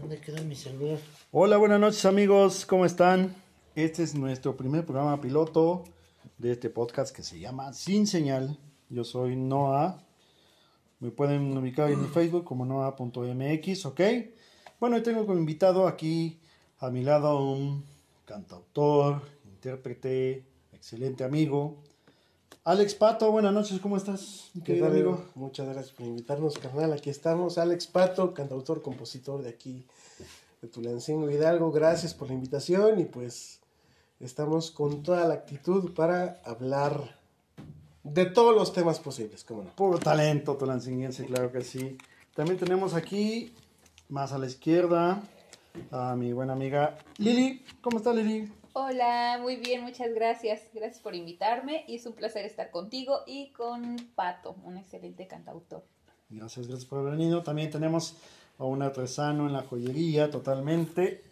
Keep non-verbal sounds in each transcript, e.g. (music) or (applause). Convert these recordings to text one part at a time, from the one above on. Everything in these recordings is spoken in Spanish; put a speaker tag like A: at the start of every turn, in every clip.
A: ¿Dónde queda mi celular?
B: Hola, buenas noches amigos, ¿cómo están? Este es nuestro primer programa piloto de este podcast que se llama Sin Señal. Yo soy Noah. Me pueden ubicar en mi Facebook como noah.mx, ¿ok? Bueno, hoy tengo como invitado aquí a mi lado un cantautor, intérprete, excelente amigo. Alex Pato, buenas noches, ¿cómo estás? mi
A: ¿Qué
B: Querido
A: tal,
B: amigo.
A: amigo? Muchas gracias por invitarnos, carnal. Aquí estamos. Alex Pato, cantautor, compositor de aquí, de Tulancingo Hidalgo. Gracias por la invitación y pues estamos con toda la actitud para hablar de todos los temas posibles, ¿cómo no?
B: Puro talento tolancinguense, claro que sí. También tenemos aquí, más a la izquierda, a mi buena amiga Lili. ¿Cómo está Lili?
C: Hola, muy bien, muchas gracias. Gracias por invitarme y es un placer estar contigo y con Pato, un excelente cantautor.
B: Gracias, gracias por haber venido. También tenemos a un artesano en la joyería totalmente.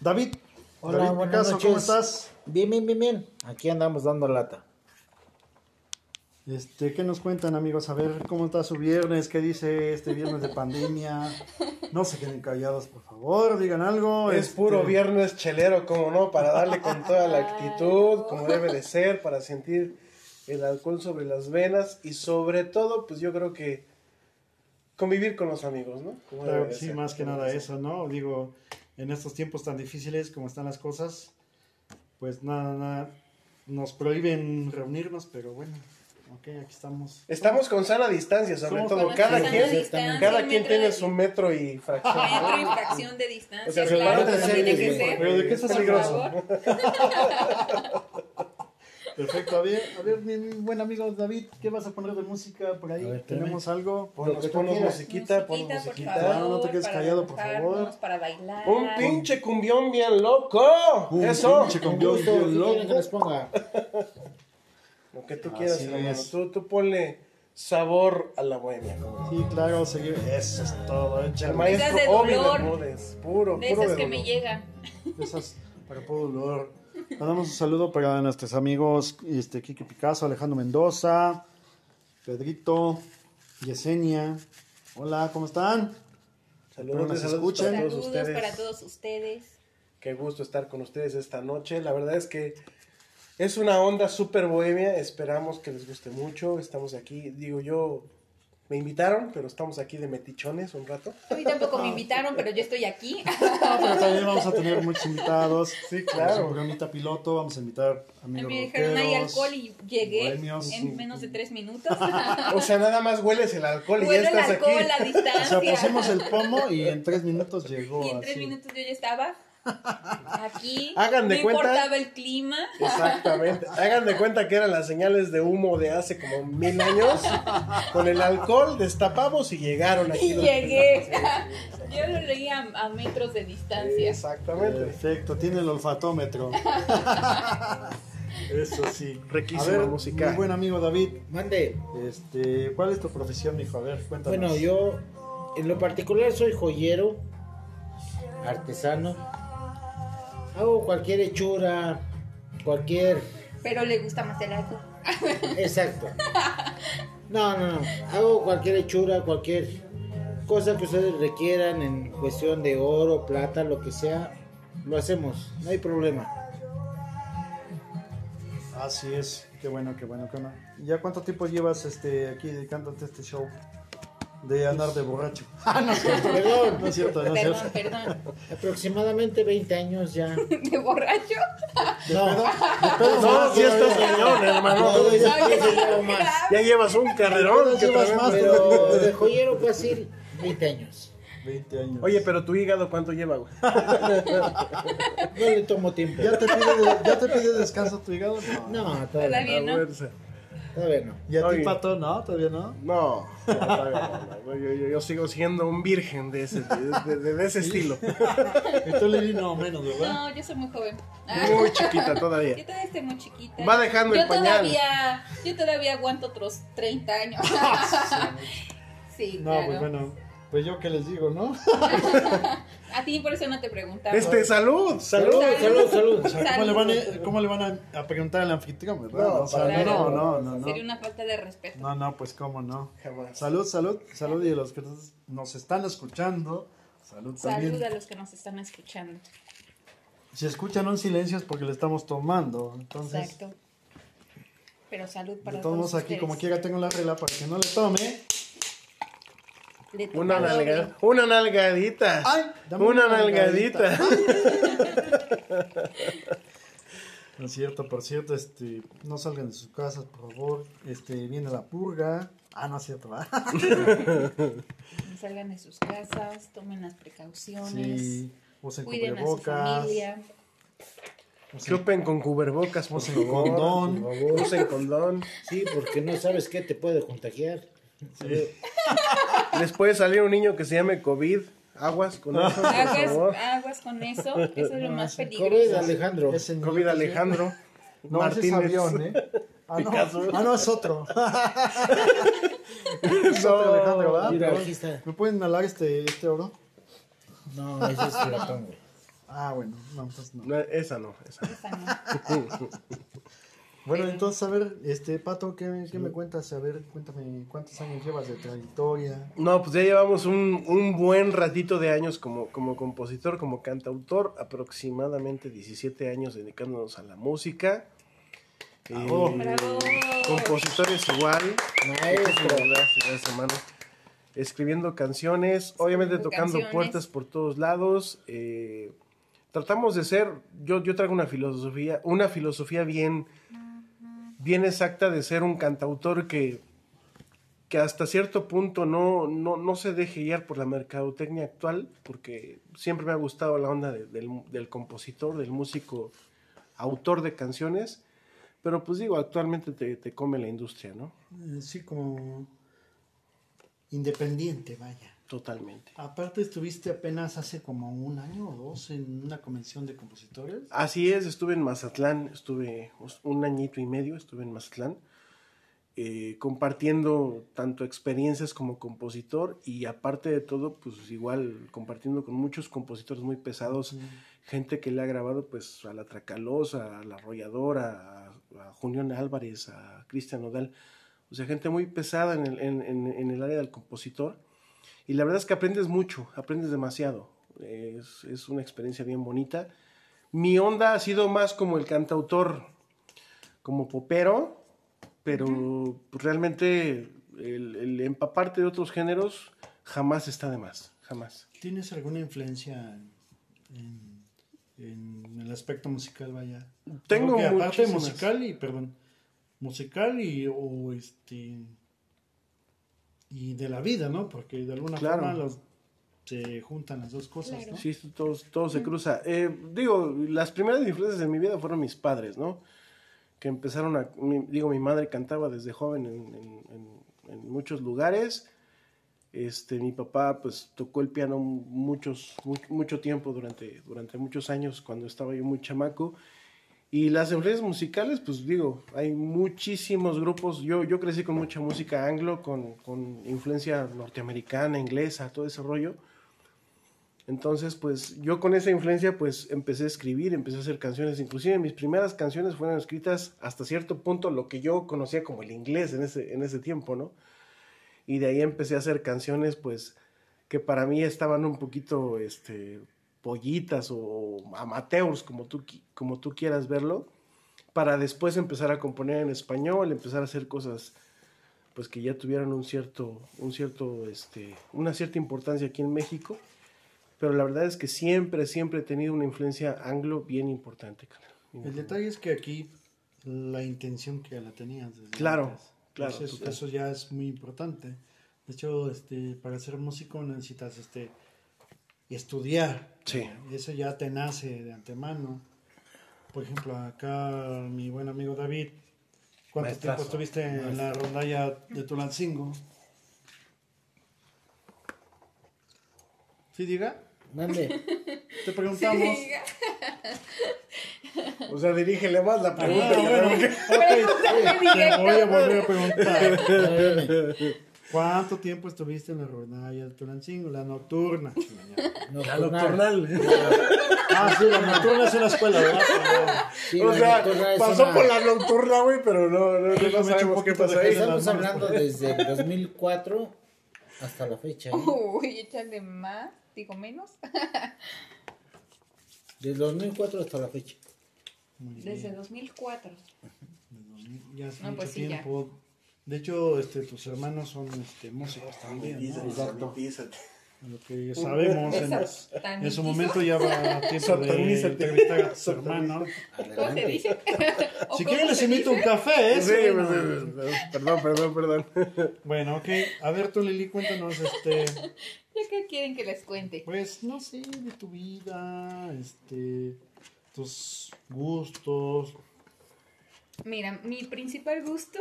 B: David.
D: Hola,
B: David
D: buenas
B: Picasso, ¿cómo
D: noches.
B: estás?
D: Bien, bien, bien, bien. Aquí andamos dando lata.
B: Este, ¿Qué nos cuentan amigos? A ver, ¿cómo está su viernes? ¿Qué dice este viernes de pandemia? No se queden callados, por favor, digan algo.
A: Es
B: este,
A: puro viernes chelero, como no, para darle con toda la actitud,
C: Ay.
A: como debe de ser, para sentir el alcohol sobre las venas y sobre todo, pues yo creo que convivir con los amigos, ¿no? Como
B: Claro
A: debe
B: que
A: de
B: sí,
A: ser,
B: más que
A: como
B: nada
A: debe de ser.
B: eso, ¿no? Digo, en estos tiempos tan difíciles como están las cosas, pues nada, nada, nos prohíben reunirnos, pero bueno, ok, aquí estamos.
A: Estamos con sana distancia, sobre
B: Somos
A: todo.
B: con
A: Cada
B: sana
A: quien,
C: distancia,
A: cada
C: un
A: quien
C: metro
A: tiene
C: de-
A: su metro y (laughs) fracción. ¿no?
C: Metro y fracción de distancia,
A: O sea,
C: claro,
A: sepárate
C: como
A: de
C: tiene que
A: ellos,
C: ser.
B: Pero de qué estás
C: Por
B: peligroso.
C: favor.
B: Perfecto, a ver, a ver, mi, mi buen amigo David, ¿qué vas a poner de música por ahí?
D: A ver, espérame.
B: ¿Tenemos algo?
D: Lo
A: Ponnos,
D: que tú
A: ponnos
D: quieras.
A: Pues musiquita, ponnos
C: Musiquita, por
A: musiquita.
B: favor, no te quedes
C: para
B: callado, por favor.
C: relajarnos, Para bailar.
A: Un pinche cumbión bien loco.
B: Un
A: Eso.
B: pinche
D: Con
B: cumbión
D: gusto,
B: bien
D: ¿qué
B: loco.
D: quieren que les ponga?
A: Lo que tú quieras,
B: Así
A: hermano.
B: es.
A: Tú, tú ponle sabor a la bohemia. como
B: Sí, claro, seguir. Eso es todo,
A: El
B: échale.
A: maestro
C: de
A: Obi
C: dolor.
A: Bermúdez. Puro,
C: De
A: puro de
C: esas que
A: dolor.
C: me llegan.
B: de esas para puro dolor. Mandamos un saludo para nuestros amigos este, Kiki Picasso, Alejandro Mendoza, Pedrito, Yesenia. Hola, ¿cómo están? Espero
A: Saludos,
B: nos
A: saludos
B: escuchen.
A: para todos
C: Saludos
A: ustedes.
C: para todos ustedes.
A: Qué gusto estar con ustedes esta noche. La verdad es que es una onda súper bohemia. Esperamos que les guste mucho. Estamos aquí, digo yo, me invitaron, pero estamos aquí de metichones un rato.
C: A mí tampoco
A: Ah,
C: me invitaron, pero yo estoy aquí. (laughs)
B: Ah, pero también vamos a tener muchos invitados.
A: Sí,
B: Vamos a un
A: claro.
B: programita piloto, vamos a invitar
C: A
B: amigos
C: mí me dijeron hay
B: rockeros".
C: alcohol y llegué
B: bohemios.
C: en menos de tres
A: (laughs)
C: minutos. (laughs)
A: O sea, nada más hueles el alcohol y ya
C: Huele el
A: estás
C: alcohol,
A: (laughs) aquí.
C: la
B: O sea, pusimos
C: distancia.
B: el pomo y en tres minutos llegó.
C: Y en tres
B: así.
C: minutos yo ya estaba aquí.
A: Hagan de
C: no
A: cuenta.
C: importaba el clima.
A: Exactamente. Hagan de cuenta que eran las señales de humo de hace como mil años. Con el alcohol destapamos y llegaron aquí.
C: Y
A: los-
C: llegué. Yo lo leí a, a metros de distancia.
A: Exactamente.
B: Perfecto, tiene el
C: (laughs)
B: olfatómetro. Eso sí. A
A: Riquísima
B: ver,
A: música.
B: mi buen amigo David,
D: Mande.
B: este, ¿cuál es tu profesión, mijo? A ver, cuéntanos.
D: Bueno, yo en lo particular soy joyero, artesano. Hago cualquier hechura, cualquier...
C: Pero le gusta más el alcohol.
D: Exacto. No, no, no. Hago cualquier hechura, cualquier cosa que ustedes requieran en cuestión de oro, plata, lo que sea. Lo hacemos, no hay problema.
B: Así es, qué bueno, qué bueno, qué bueno. ¿Ya cuánto tiempo llevas este, aquí dedicándote a este show? De andar de borracho. (laughs) Ah, no es cierto.
D: Perdón.
B: No es cierto, no es
C: Perdón,
B: cierto.
C: perdón. (laughs)
D: Aproximadamente 20 años ya.
C: ¿De borracho?
D: No,
B: Pero
A: No, si estás cañón,
D: no,
A: hermano.
D: doy
C: No,
D: después
C: yo-
D: ya llevo más.
A: Ya llevas un carrerón. que
B: Llevas
A: traemos.
B: más.
D: Pero de joyero fácil, 20 años.
B: 20 años.
A: Oye, pero tu hígado, ¿cuánto lleva, güey?
D: No le tomo tiempo.
B: ¿Ya te pide, ya te pide descanso tu hígado?
D: No,
C: Está
D: todavía
C: bien,
A: La
C: ¿no?
A: fuerza.
D: no. Todavía no.
B: ¿Y a ti,
A: Oye.
B: Pato? No, todavía no.
A: No, no, todavía no, no, yo, yo- yo sigo siendo un virgen de ese, de, de- de ese estilo.
B: Y tú, Lili, no, menos, ¿verdad?
C: No, yo soy muy joven. Ah,
A: Muy chiquita
C: Yo
A: todavía.
C: todavía estoy muy chiquita.
A: Va dejando
C: yo
A: el pañal.
C: Todavía, (laughs) yo todavía aguanto otros 30 años. sí,
B: No,
C: claro.
B: pues bueno. Pues yo qué les digo, ¿no?
C: A ti por eso no te preguntaba.
A: Este, salud,
D: Salud,
A: salud.
D: salud, salud.
B: O sea, ¿cómo le van, a, cómo le van a, a preguntar al anfitrión, verdad?
A: No,
B: O sea,
A: para
B: no,
A: nada.
B: no, no, no.
C: Sería una falta de respeto.
B: No, no, pues cómo no.
A: Jamás.
B: Salud, salud, salud y a los que nos- nos están escuchando, salud también.
C: Salud a los que nos están escuchando.
B: Si escuchan un silencio es porque le estamos tomando, entonces
C: Exacto. Pero salud para
B: de todos modos
C: todos
B: aquí como
C: ustedes.
B: quiera tengo la regla para que no le tome.
C: De tu
A: Una
C: lado,
A: nalga, una nalgadita.
B: Ay, dame
A: una
B: una
A: nalgadita.
B: No es cierto, por cierto, este, no salgan de sus casas, por favor. Este, viene la purga. Ah, no es cierto, ¿verdad?
C: no Salgan de sus casas, tomen las precauciones.
B: Sí, usen
C: Cuiden a su
B: cubrebocas. (laughs)
C: familia.
B: usen-
A: Chupen con cubrebocas, por
B: Usen
A: favor.
B: condón.
A: Por favor, Usen condón.
D: Sí, porque no sabes qué te puede contagiar.
A: Les puede salir un niño que se llame COVID. Aguas con eso, por
C: Ah. Aguas,
A: favor.
C: aguas con eso, eso
B: (laughs)
C: es lo más
D: COVID,
C: peligroso.
D: Alejandro.
B: Ese niño
A: COVID
B: que se-
A: Alejandro.
B: No, ese es
A: Martínez.
B: avión, ¿eh?
A: (laughs)
B: Ah, no,
A: Picasso.
B: ah, no, es
A: (laughs)
B: otro. (laughs) Es otro Alejandro,
A: No.
B: ¿verdad?
D: mira,
B: Perdón.
D: aquí está.
B: ¿Me pueden inhalar este, este oro?
D: No, ese es piratón, güey.
B: Ah, bueno, no, entonces no.
A: No, esa no, esa
C: Esa no.
A: no.
B: Bueno, entonces, a ver, este, Pato, ¿qué, qué me cuentas? A ver, cuéntame, ¿cuántos años llevas de trayectoria?
A: No, pues ya llevamos un, un buen ratito de años como, como compositor, como cantautor, aproximadamente 17 años dedicándonos a la música. Eh,
B: ¡Bravo!
C: Bravo.
A: compositores igual. (laughs)
D: Maestro.
A: Gracias, gracias, hermano. Escribiendo canciones, obviamente tocando
C: canciones.
A: puertas por todos lados. eh, tratamos de ser, yo, yo traigo una filosofía, una filosofía bien, bien exacta de ser un cantautor que, que hasta cierto punto no, no, no se deje guiar por la mercadotecnia actual, porque siempre me ha gustado la onda de- del, del compositor, del músico, autor de canciones. Pero pues digo, actualmente te, te come la industria, ¿no?
B: Eh, Sí, como independiente, vaya.
A: Totalmente.
B: Aparte estuviste apenas hace como un año o dos en una convención de compositores.
A: Así es, estuve en Mazatlán, estuve us- un añito y medio, estuve en Mazatlán, eh, compartiendo tanto experiencias como compositor y aparte de todo, pues igual compartiendo con muchos compositores muy pesados, gente que le ha grabado pues a la Tracalosa, a la Arrolladora, a, a Junión Álvarez, a Cristian Odal, o sea, gente muy pesada en el, en- en- en el área del compositor. Y la verdad es que aprendes mucho, aprendes demasiado. Es, es una experiencia bien bonita. Mi onda ha sido más como el cantautor, como popero, pero pues, realmente el, el empaparte de otros géneros jamás está de más, jamás.
B: ¿Tienes alguna influencia en, en el aspecto musical, vaya?
A: Tengo
B: Porque aparte
A: muchísimas.
B: musical y, perdón, musical y, o este, y de la vida, ¿no? Porque de alguna
A: Claro.
B: forma los- se juntan las dos cosas,
C: Claro.
B: ¿no?
A: Sí, esto todo, todo se cruza. Eh, digo, las primeras influencias de mi vida fueron mis padres, ¿no? Que empezaron a... mi- digo, mi madre cantaba desde joven en, en- en- en muchos lugares. Este, mi papá, pues, tocó el piano muchos, mu- mucho tiempo, durante, durante muchos años, cuando estaba yo muy chamaco. Y las influencias musicales, pues digo, hay muchísimos grupos. Yo, yo crecí con mucha música anglo, con, con influencia norteamericana, inglesa, todo ese rollo. Entonces, pues yo con esa influencia, pues empecé a escribir, empecé a hacer canciones. Inclusive mis primeras canciones fueron escritas hasta cierto punto lo que yo conocía como el inglés en ese, en ese tiempo, ¿no? Y de ahí empecé a hacer canciones, pues, que para mí estaban un poquito, este, pollitas o amateurs, como tú, qui- como tú quieras verlo, para después empezar a componer en español, empezar a hacer cosas, pues, que ya tuvieran un cierto, un cierto, este, una cierta importancia aquí en México. Pero la verdad es que siempre, siempre he tenido una influencia anglo bien importante, carnal.
B: El detalle es que aquí la intención que la tenías. desde
A: Claro, claro,
B: Entonces,
A: total.
B: eso ya es muy importante. De hecho, este, para ser músico necesitas este, estudiar.
A: Sí.
B: Eso ya te nace de antemano. Por ejemplo, acá mi buen amigo David, ¿cuánto tiempo
A: Maestrazo.
B: estuviste en la rondalla de Tulancingo? ¿Sí, diga?
D: Mande.
B: Te preguntamos.
A: O sea, dirígele más la
B: Ah, bueno, ok. Te
C: Pregúntale
B: voy a
C: directo.
B: volver
C: (laughs)
B: a preguntar. ¿Cuánto tiempo estuviste en la rondalla de Tulancingo? La nocturna. chingada.
A: La nocturnal.
B: ah, sí, la nocturna es una escuela, ¿verdad?
D: Sí,
A: o
D: la
A: sea,
D: nocturna es
A: pasó
D: una- Pues
A: por la nocturna, güey, pero no, no, no,
B: Déjame echar
A: sabemos
B: un
A: qué
B: poquito
A: pasó
B: de
A: ahí.
B: gel.
D: Estamos hablando desde el 2004 hasta la fecha.
C: (laughs)
D: ¿eh?
C: Uy, échale más, digo menos.
D: Del 2004 hasta la fecha.
C: Desde 2004.
B: Ya hace
C: No,
B: mucho
C: pues sí, ya.
B: tiempo. De hecho, este, tus hermanos son este, músicos también. ¿no?
A: Exacto.
B: A Lo que sabemos en, en su
C: Satanitizo.
B: momento ya va tiempo de
A: Satanízate.
B: entrevistar a tus hermanos.
C: ¿Cómo se
D: Adelante.
C: dice? (laughs) ¿O
B: Si
C: cómo
B: quieren les
C: se
B: invito un
C: dice?
B: café, ¿eh?
A: Sí,
B: Sí, pues.
A: pues,
B: no.
A: eh, perdón, perdón, perdón.
B: Bueno, ok. A ver, tú, Lili, cuéntanos, este,
C: ¿Ya qué quieren que les cuente?
B: pues, no sé, de tu vida, este, tus gustos.
C: Mira, mi principal gusto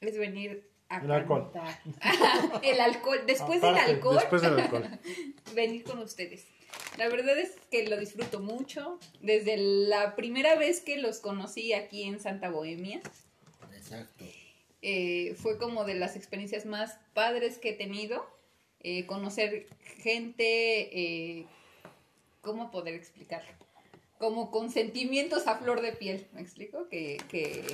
C: es venir a
B: El alcohol.
C: cantar. (laughs) el alcohol. Después
B: Aparte,
C: del alcohol,
A: Después del alcohol.
C: venir con ustedes. La verdad es que lo disfruto mucho. Desde la primera vez que los conocí aquí en Santa Bohemia,
D: Exacto.
C: eh, fue como de las experiencias más padres que he tenido. eh, conocer gente, eh, ¿cómo poder explicarlo? Como con sentimientos a flor de piel, ¿me explico? Que, que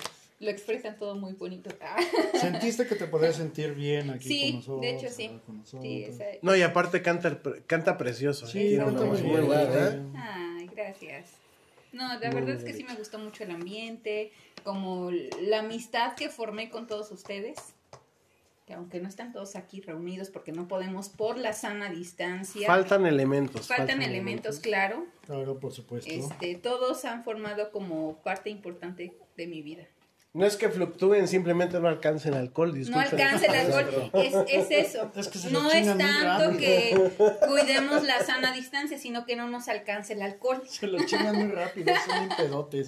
C: lo expresan todo muy bonito. (laughs) Ah,
B: ¿Sentiste que te podías sentir bien aquí
C: Sí,
B: con nosotros?
C: de hecho, sí.
B: ah, con nosotros?
C: sí, esa-
A: No, y aparte canta, el pre- canta precioso.
B: Sí,
A: eh, tiene
B: canta
A: una
B: muy
A: voz
B: bien,
A: buena,
D: ¿verdad?
A: ¿eh?
C: Ay, gracias. No, la verdad es que sí me gustó mucho el ambiente, como la amistad que formé con todos ustedes, que aunque no están todos aquí reunidos porque no podemos por la sana distancia,
A: pues, Faltan elementos.
C: faltan elementos, claro,
B: Claro, por supuesto.
C: este, todos han formado como parte importante de mi vida.
A: No es que fluctúen, simplemente no alcancen alcohol.
C: No
A: Disculpen.
C: alcanza el
A: (laughs)
C: alcohol, es, es eso.
B: Es que se lo
C: no es
B: chingan muy
C: tanto
B: rápido.
C: que cuidemos la sana distancia, sino que no nos alcance el alcohol.
B: (laughs) Se lo chingan muy rápido, son bien pedotes.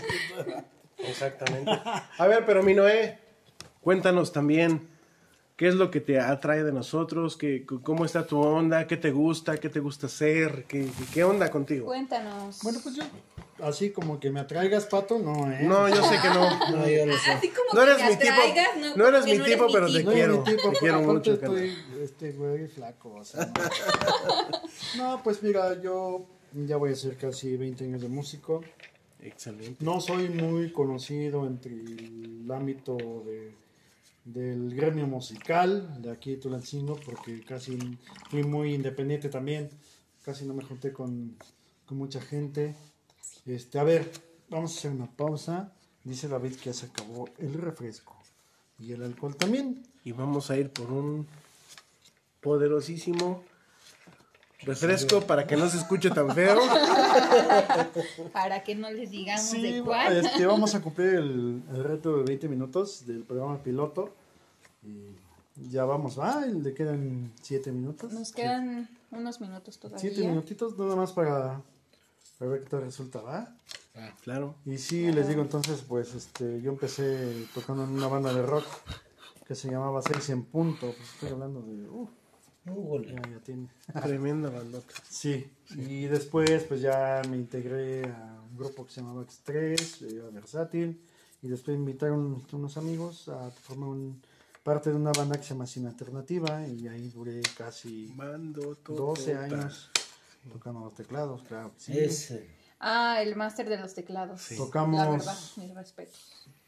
A: Exactamente. A ver, pero mi Noé, cuéntanos también qué es lo que te atrae de nosotros, ¿Qué, c- cómo está tu onda, qué te gusta, qué te gusta hacer, qué, qué onda contigo.
C: Cuéntanos.
B: Bueno, pues yo, así como que me atraigas, pato, no, ¿eh?
A: No, yo sé que no.
D: No, yo lo sé.
C: Ah, Así como
A: No
C: que
A: eres
C: te
A: mi tipo,
C: atraigas, no,
A: no eres
C: como que
A: mi tipo, pero te
B: No
A: quiero,
B: era mi tipo,
A: te quiero
B: aparte
A: mucho,
B: Estoy, este güey flaco, o sea, no. (laughs) No, pues mira, yo ya voy a ser casi 20 años de músico.
A: (laughs) Excelente.
B: No soy muy conocido entre el ámbito de- del gremio musical de aquí de Tulancingo, porque casi fui muy independiente también. Casi no me junté con, con mucha gente. Este, a ver, vamos a hacer una pausa. Dice David que ya se acabó el refresco y el alcohol también.
A: Y vamos a ir por un poderosísimo refresco para que no se escuche tan feo.
C: Para que no les digamos
B: Sí,
C: de cuál. (laughs)
B: este, vamos a cumplir el, el reto de 20 minutos del programa piloto. Y ya vamos, ah, le quedan 7 minutos.
C: Nos quedan unos minutos todavía.
B: 7 minutitos nada más para, para ver qué tal resulta, ¿va?
A: Claro.
B: Y sí, les digo entonces, pues este, yo empecé tocando en una banda de rock que se llamaba Sex en Punto. Pues estoy hablando de. Uh,
D: Google.
B: ya, ya tiene.
A: Tremenda bandota.
B: Sí, y después pues ya me integré a un grupo que se llamaba X3, era versátil, y después me invitaron unos amigos a formar un- parte de una banda que se llama Sin Alternativa, y ahí duré casi
A: Bandota.
B: 12 años tocando los teclados, claro. que Sí.
D: Es, eh,
C: Ah, el máster de los teclados.
B: Tocamos-
C: La verdad, mi respeto.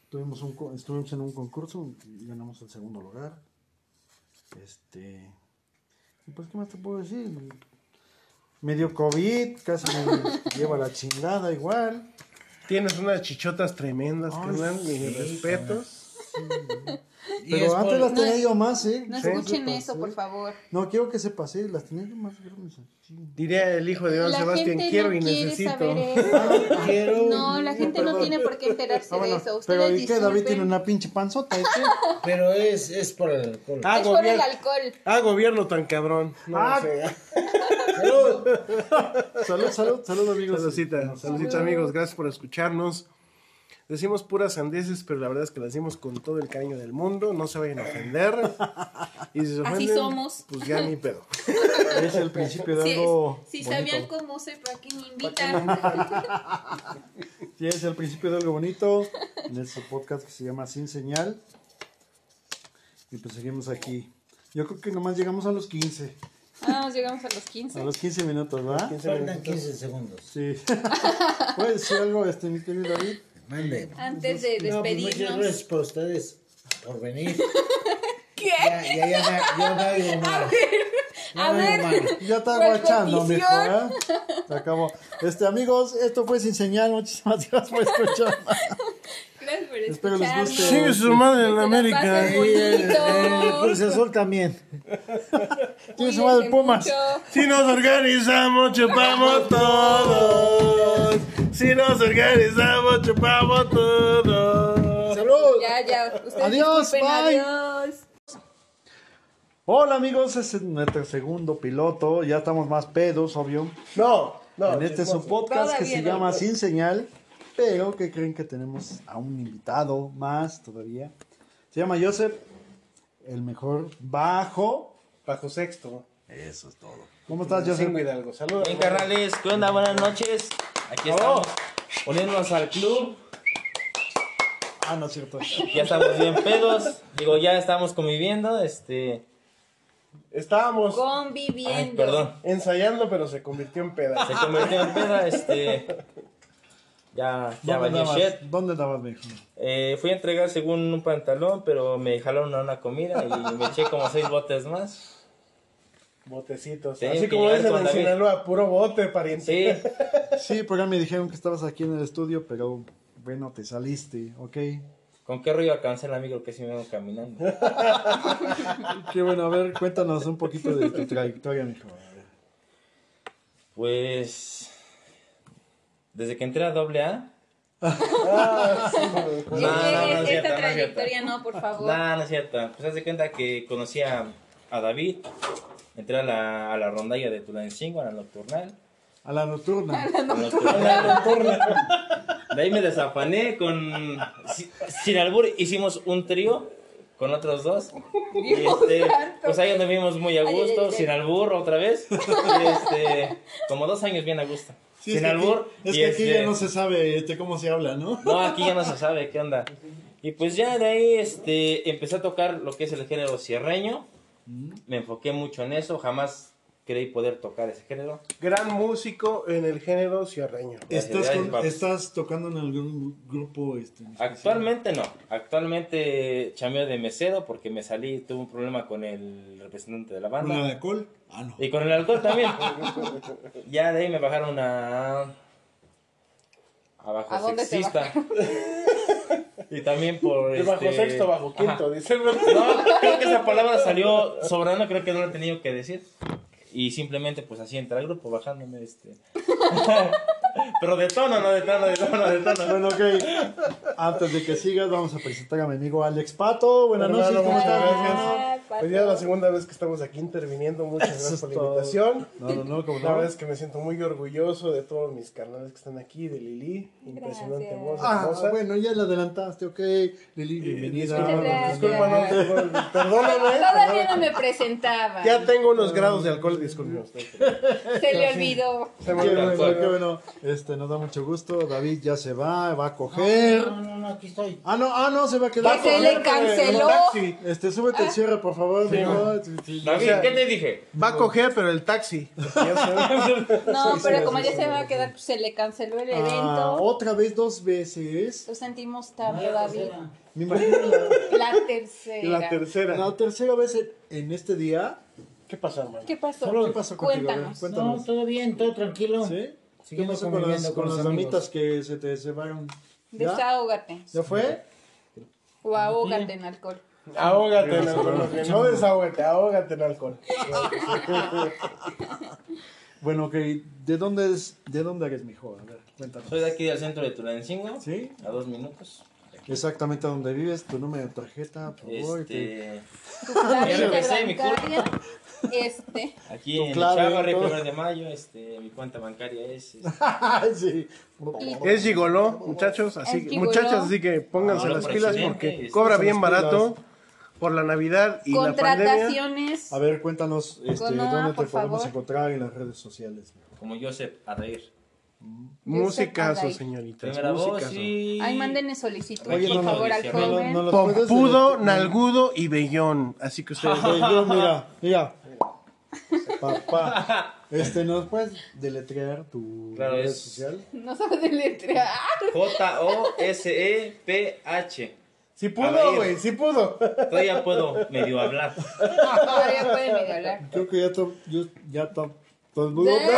B: Tuvimos un, co- estuvimos en un concurso y ganamos el segundo lugar. Este. y Pues, ¿qué más te puedo decir? Me dio COVID, casi me (laughs) lleva la chingada igual.
A: Tienes unas chichotas tremendas,
B: Ay,
A: carnal, mis respetos.
D: y es
B: Pero antes las
D: por-
B: tenía yo más, ¿eh?
C: No
B: Sí.
C: escuchen
B: Sí.
A: pues,
C: eso, por favor.
B: No, quiero que se pase, las tenía yo más grandes. así.
A: Diría el hijo de Don
C: la
A: Sebastián,
C: gente
A: quiero
C: no
A: y
C: quiere
A: necesito.
C: saber eso. (laughs)
D: Quiero.
C: Ah, No, la gente no tiene por qué enterarse
B: Ah, bueno,
C: de eso. Ustedes
B: pero ¿y qué? David
C: disculpen.
B: tiene una pinche
C: (laughs)
B: panzota, ¿eh? ¿y qué?
D: Pero es, es por el alcohol.
A: Ah,
C: Es por el
A: gobierno,
C: alcohol.
A: ah, gobierno tan cabrón. No,
B: Ah,
A: o sea,
B: Salud, (laughs) salud, salud, amigos.
A: saludcita, saludcita, amigos, gracias por escucharnos. Decimos puras sandeces, pero la verdad es que las decimos con todo el cariño del mundo. No se vayan a ofender. Y si se
C: Así
A: ofenden,
C: somos.
A: Pues ya ni pedo.
C: (laughs)
B: Es el principio de
C: Si,
B: algo.
C: si
B: bonito.
C: sabían cómo soy, ¿para qué me invitan?
B: Sí, es el principio de algo bonito. En este podcast que se llama Sin Señal. Y pues seguimos aquí. Yo creo que nomás llegamos a los 15.
C: (laughs) Ah, nos llegamos a los
B: A
C: 15.
B: los 15 minutos, ¿verdad?
A: 15
D: Faltan
A: minutos.
D: 15 segundos.
B: Sí. (laughs) ¿Puedes decir algo, este, mi querido David?
D: Mande.
C: Antes de
D: No, pues muchas
C: despedirnos.
D: gracias por ustedes por venir.
C: ¿Qué?
D: Ya, ya, ya, me- yo me oigo mal.
C: A
D: no,
C: ver.
D: hermano.
B: Ya está
C: ¿Cuál
B: guachando, mijo,
C: condición?
B: ¿eh? Se acabó. Este, amigos, esto fue Sin Señal. Muchísimas (laughs) gracias por escuchar.
C: (laughs) Gracias por
B: Espero les
C: escucharnos.
B: guste.
A: Sigue su madre en
C: Que
A: la
C: te la eh,
A: América.
C: pases
A: Y-
D: Cruz
C: bonito.
D: Azul también.
B: Tiene su madre
C: Cuídense
B: Pumas.
C: mucho.
A: Si nos organizamos, chupamos todos. Si nos organizamos, chupamos todos.
B: ¡Salud!
C: Ya, ya. Ustedes
B: Adiós,
C: disculpen,
B: bye.
C: Adiós.
B: Hola, amigos. Este es nuestro segundo piloto. Ya estamos más pedos, obvio.
A: No, no.
B: en este su
A: hermoso.
B: podcast que
C: Todavía
B: se
C: no. pues.
B: llama Sin Señal. Pero que creen que tenemos a un invitado más todavía. Se llama Joseph, el mejor bajo.
A: Bajo sexto.
B: Eso es todo. ¿Cómo estás, Joseph?
A: Cinco Hidalgo. Saludos.
E: Bien, carnales, ¿qué onda? Buenas noches. Aquí
A: Oh.
E: estamos poniéndonos al club.
B: Ah, no es cierto.
E: Ya estamos bien pedos. Digo, ya estamos conviviendo. Este.
A: Estábamos
C: Conviviendo.
E: Ay, perdón.
A: ensayando, pero se convirtió en
E: Se
A: peda.
E: convirtió en peda. Este. Ya, ya
B: ¿Dónde
E: valió
B: andabas?
E: shit.
B: ¿Dónde andabas, mijo?
E: Eh, fui a entregar según un pantalón, pero me jalaron a una comida y me eché como seis botes más.
A: Botecitos.
E: Sí,
A: Así
E: que
A: como
E: llegar
A: dicen
E: con
A: en
E: David.
A: Sinaloa, puro bote, pariente.
E: Sí,
B: Sí, porque me dijeron que estabas aquí en el estudio, pero bueno, te saliste, ¿ok?
E: ¿con qué rollo alcancé la micro que sí me vengo caminando?
B: Qué bueno, a ver, cuéntanos un poquito de tu trayectoria, mijo.
E: Pues. Desde que entré a AA.
C: Eh,
E: No, no, no, es
C: esta
E: cierto, no es
C: trayectoria no, por (laughs) favor.
E: No, no es cierto. Pues haz de cuenta que conocí a, a David. Entré a la, a la rondalla de Tulancingo, a la nocturnal.
B: A la nocturna.
E: A la
C: (laughs)
E: nocturnal. De ahí me desafané con... si- Sin albur hicimos un trío con otros dos. Y
C: Dios
E: este,
C: santo.
E: pues ahí nos vimos muy a
C: Ay, ay,
E: gusto,
C: ay, ay.
E: sin albur otra vez. Y este, como dos años bien a gusto.
B: Sí, es
E: sin
B: que aquí-
E: albur.
B: Es
E: y
B: que aquí
E: este,
B: ya no se sabe este, cómo se habla, ¿no?
E: no, aquí ya no se sabe qué onda. Y pues ya de ahí este, empecé a tocar lo que es el género cierreño. Me enfoqué mucho en eso. Jamás creí poder tocar ese género.
A: Gran músico en el género ciarreño.
E: Gracias,
B: Estás,
E: gracias,
B: con-
E: papi.
B: estás tocando en algún grupo. Este, en especial?
E: Actualmente no. Actualmente chameo de mesero porque me salí. Tuve un problema con el representante de la
B: ¿Con
E: banda.
B: la de alcohol? Ah, no.
E: Y con el alcohol también. ya de ahí me bajaron a. Abajo
C: ¿A dónde te
E: sexista. y también por.
A: De bajo
E: este,
A: sexto, bajo
E: ajá.
A: quinto, dice el
E: No, creo que esa palabra salió sobrando, creo que no la he tenido que decir. Y simplemente, pues así entra al grupo, bajándome este. (laughs) Pero de tono, no de tono, de tono, de tono.
B: Bueno, ok. Antes de que sigas, vamos a presentar a mi amigo Alex Pato. Buenas
A: Hermano,
B: noches, ¿cómo
A: muchas
B: estás?
A: gracias.
C: Pato.
A: Pues ya es la segunda vez que estamos aquí interviniendo. Muchas
B: Eso
A: gracias
B: es
A: por la
B: todo.
A: invitación.
B: No, no, no, como
A: La
B: no.
A: verdad es que me siento muy orgulloso de todos mis carnales que están aquí, de Lili, impresionante
C: Gracias.
A: voz,
B: Ah,
A: hermosa. Eh,
B: bueno, ya la adelantaste, ok. Lili, bienvenida.
C: Muchas gracias.
A: Disculpa, no te- perdóname.
C: (laughs) Todavía
A: perdóname.
C: no me presentaba.
A: Ya tengo
B: Ah.
A: unos grados de alcohol,
B: (laughs)
A: disculpen ustedes.
C: Se le olvidó.
A: Se me
B: Qué
A: olvidó.
B: bueno, qué bueno. Este, nos da mucho gusto. David ya se va, va a coger.
D: No, no, no, aquí estoy.
B: Ah, no, ah, no, se va a
C: Que
B: quedar.
C: se le canceló.
A: taxi.
B: Este, súbete el cierre, por favor.
A: Sí,
B: amigo.
A: no.
B: Sí, sí.
E: David,
A: sea-
E: ¿qué te dije?
A: Va a coger, pero el taxi.
C: (laughs)
A: Ya se-
C: No,
B: Sí, sí,
C: pero
B: sí,
C: como
B: sí,
C: ya
B: sí,
C: se va
B: sí.
C: a quedar, pues, se le canceló el
B: Ah,
C: evento.
B: otra vez, dos veces.
C: Lo sentimos tarde, David.
B: Me imagino la,
C: La tercera.
A: La
B: (laughs)
A: tercera.
B: la tercera vez en- en este día.
A: ¿Qué pasa, hermano?
C: ¿Qué pasó?
B: ¿Qué pasó contigo? A ver,
C: Cuéntanos.
D: No,
B: Cuéntanos.
D: todo bien, todo tranquilo.
B: ¿Sí? ¿Qué
D: Seguimos
B: pasó con las,
D: conviviendo
B: con
D: con
B: las
D: los amigos.
B: damitas que se te cebaron? ¿Ya?
C: Desahógate.
B: ¿Ya fue?
C: O ahógate en alcohol.
A: Ahógate en alcohol. más bien. No desahógate, ahógate en alcohol.
B: Bueno, ok. ¿De dónde, es, ¿De dónde eres, mijo? A ver, cuéntanos.
E: Soy de aquí del centro de Tulancingo,
B: ¿Sí?
E: a dos minutos.
B: Exactamente a donde vives, tu número de tarjeta, por favor. te-
E: Este,
C: Tu clave
E: Ya regresé, mi
C: interbancaria, Este.
E: aquí
B: Tu
E: en
B: clave,
E: Chava,
B: todo.
E: Primero de Mayo, este, mi cuenta bancaria es. este,
B: (laughs) Ay, sí.
A: Es gigoló, muchachos, así
C: Es
A: que-
C: gigoló.
A: muchachas, así que pónganse
E: Ahora
A: las
E: por
A: pilas
E: accidente,
A: porque
E: este,
A: cobra
B: son
A: bien
B: las
A: barato por la Navidad y la pandemia.
C: Contrataciones.
B: A ver, cuéntanos este,
C: Con Noah,
B: dónde te
C: por
B: podemos
C: favor.
B: encontrar en las redes sociales.
E: como Joseph, a reír.
A: Música,
C: Like.
A: su señorita.
E: Primera
A: Música.
E: voz
A: su-
E: y...
C: Ahí mándenle solicitud,
E: Oye,
C: por
E: no, no,
C: favor, al
E: no,
B: No, lo-
C: joven.
B: no los puedes
A: Pompudo,
B: seleccionar.
A: nalgudo y vellón. Así que ustedes.
B: Sí, yo, mira, mira. Papá. Este, ¿nos puedes deletrear tu
E: Claro,
B: red
E: es-
B: social?
C: No sabes de letra.
E: E J-O-S-E-P-H.
B: Sí
E: Abrir.
B: pudo, güey, sí pudo.
E: Todavía puedo medio hablar.
C: (laughs) Todavía pueden medio hablar.
B: Creo que ya to- yo- ya to- pues,
C: (laughs)
B: todos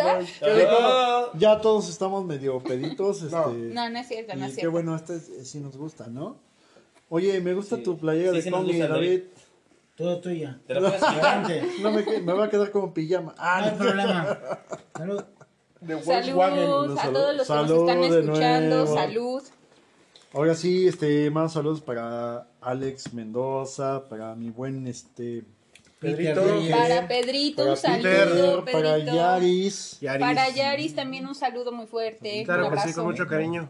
E: Ah.
B: ya todos estamos medio peditos, este.
C: No, no es cierto, no
B: y
C: es
B: qué
C: cierto.
B: bueno, este es- eh, sí nos gusta, ¿no? Oye, me gusta
E: Sí.
B: tu playera
E: Sí,
B: de
E: sí nos
B: Kong y
E: gusta,
B: David.
D: Todo tuya.
E: Te la puedes quitar.
B: (laughs)
D: Adelante.
B: No me, que- me va a quedar como pijama.
D: No hay
B: Ah,
D: problema. Salud.
A: De
C: Salud a todos los que
B: Salud
C: nos están
B: de
C: escuchando.
B: nuevo.
C: Salud.
B: Ahora sí, este, más saludos para Alex Mendoza, para mi buen este
A: Pedrito.
D: Reyes.
C: Para Pedrito, un
B: para
C: saludo,
B: Peter, para
C: Pedrito.
B: Yaris,
A: Yaris.
C: Para Yaris también un saludo muy fuerte.
A: Claro
C: un
A: que sí,
C: abrazo.
A: con mucho cariño.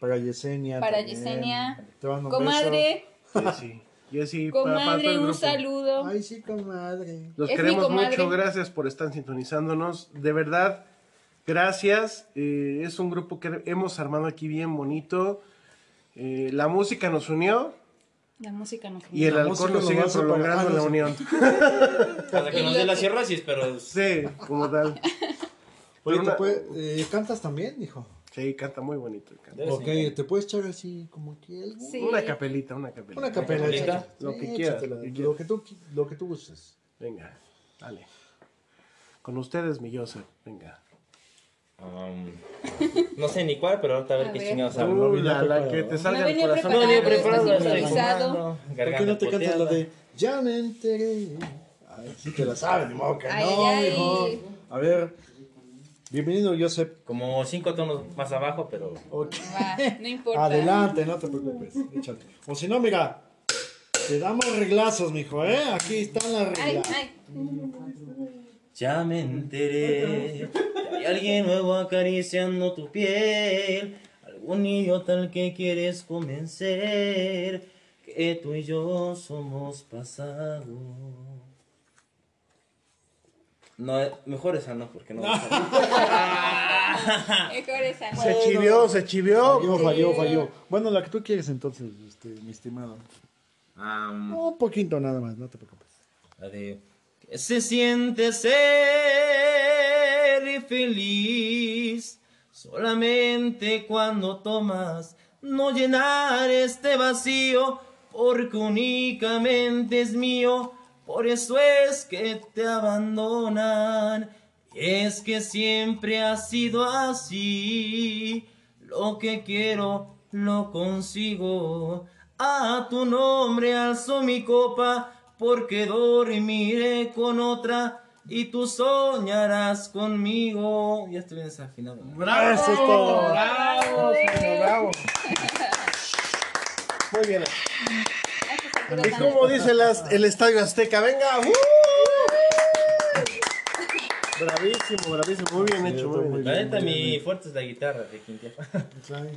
B: para Yesenia.
C: Para
B: también.
C: Yesenia.
B: Te mando un beso.
C: Comadre,
A: Sí, sí. Yo sí, pa- para todo el
C: comadre, un
A: grupo.
C: saludo.
B: Ay, sí, comadre.
A: Los
C: Es mi
A: queremos
C: comadre.
A: mucho, gracias por estar sintonizándonos. De verdad, gracias. Eh, es un grupo que hemos armado aquí bien bonito. Eh, la música nos unió
C: La música nos
A: y el
B: La música
A: alcohol nos
B: nos
A: sigue
B: va a separar.
A: prolongando
B: Ah, no,
A: la
B: sí.
A: unión.
E: Hasta que nos dé la cirrosis, pero.
A: Sí, como tal.
B: Oye,
A: Pero
B: ¿te
A: una-
B: puede- eh, ¿cantas también, hijo?
A: Sí, canta muy bonito. canta.
E: Debes
B: Ok,
E: engañar.
B: ¿te puedes echar así como que algo?
C: Sí.
A: Una capelita, una capelita.
B: Una capela,
E: ¿Capelita?
B: échate.
A: Lo
B: Sí,
A: que quieras,
B: échatela,
A: lo que
B: Lo que tú, qui- lo que tú gustes.
A: Venga, dale. Con ustedes, mi Joseph. Venga.
E: Um, no sé ni cuál, pero ahorita a ver
C: A
E: qué
C: ver.
E: chingados
A: Tú,
E: hablo.
A: la, la
B: preparado.
A: que te salga
C: No
A: del
C: venía
A: corazón.
E: No,
C: preparado,
E: ni
C: está
E: preparado, estoy
C: improvisado.
E: fumando,
B: ¿Por qué no te cantas
E: garganta
B: la
E: poteada.
B: de Ya me enteré? Ay, sí te la sabes, ni modo que
C: Ay,
B: no,
C: ay,
B: hijo.
C: ay.
B: A ver, bienvenido, Josep.
E: Como cinco tonos más abajo, pero.
B: Ok.
C: Va, no importa.
B: Adelante, no te preocupes. Échate. O si no, mira, te damos reglazos, mijo, ¿eh? Aquí están las
C: Ay,
B: reglas.
C: ay.
E: Ya me enteré. que Hay alguien nuevo acariciando tu piel. Algún idiota al que quieres convencer. Que tú y yo somos pasado. No, eh, mejor esa no, porque no.
C: Mejor esa. no.
A: Se chivió, se chivió.
B: Falló, falló, falló. Bueno, la que tú quieres entonces, este, mi estimado.
E: Am,
B: Un poquito nada más, no te preocupes.
E: La de, "¿Qué se siente ser feliz solamente cuando tomas, no llenar este vacío, porque únicamente es mío, por eso es que te abandonan, es que siempre ha sido así, lo que quiero lo consigo. A tu nombre alzo mi copa, porque dormiré con otra y tú soñarás conmigo. Ya estoy desafinado. ¿no?
A: Bravo,
B: Eso es todo.
A: bravo, señor, bravo. Muy bien.
C: Ay, que se cura
A: Y
C: tanto.
A: como dice las- el Estadio Azteca, venga. ¡uh! Bravísimo, bravísimo, muy bien hecho, muy bien.
E: La neta, mi fuerte es la guitarra de
A: (laughs)
E: Quintiapa.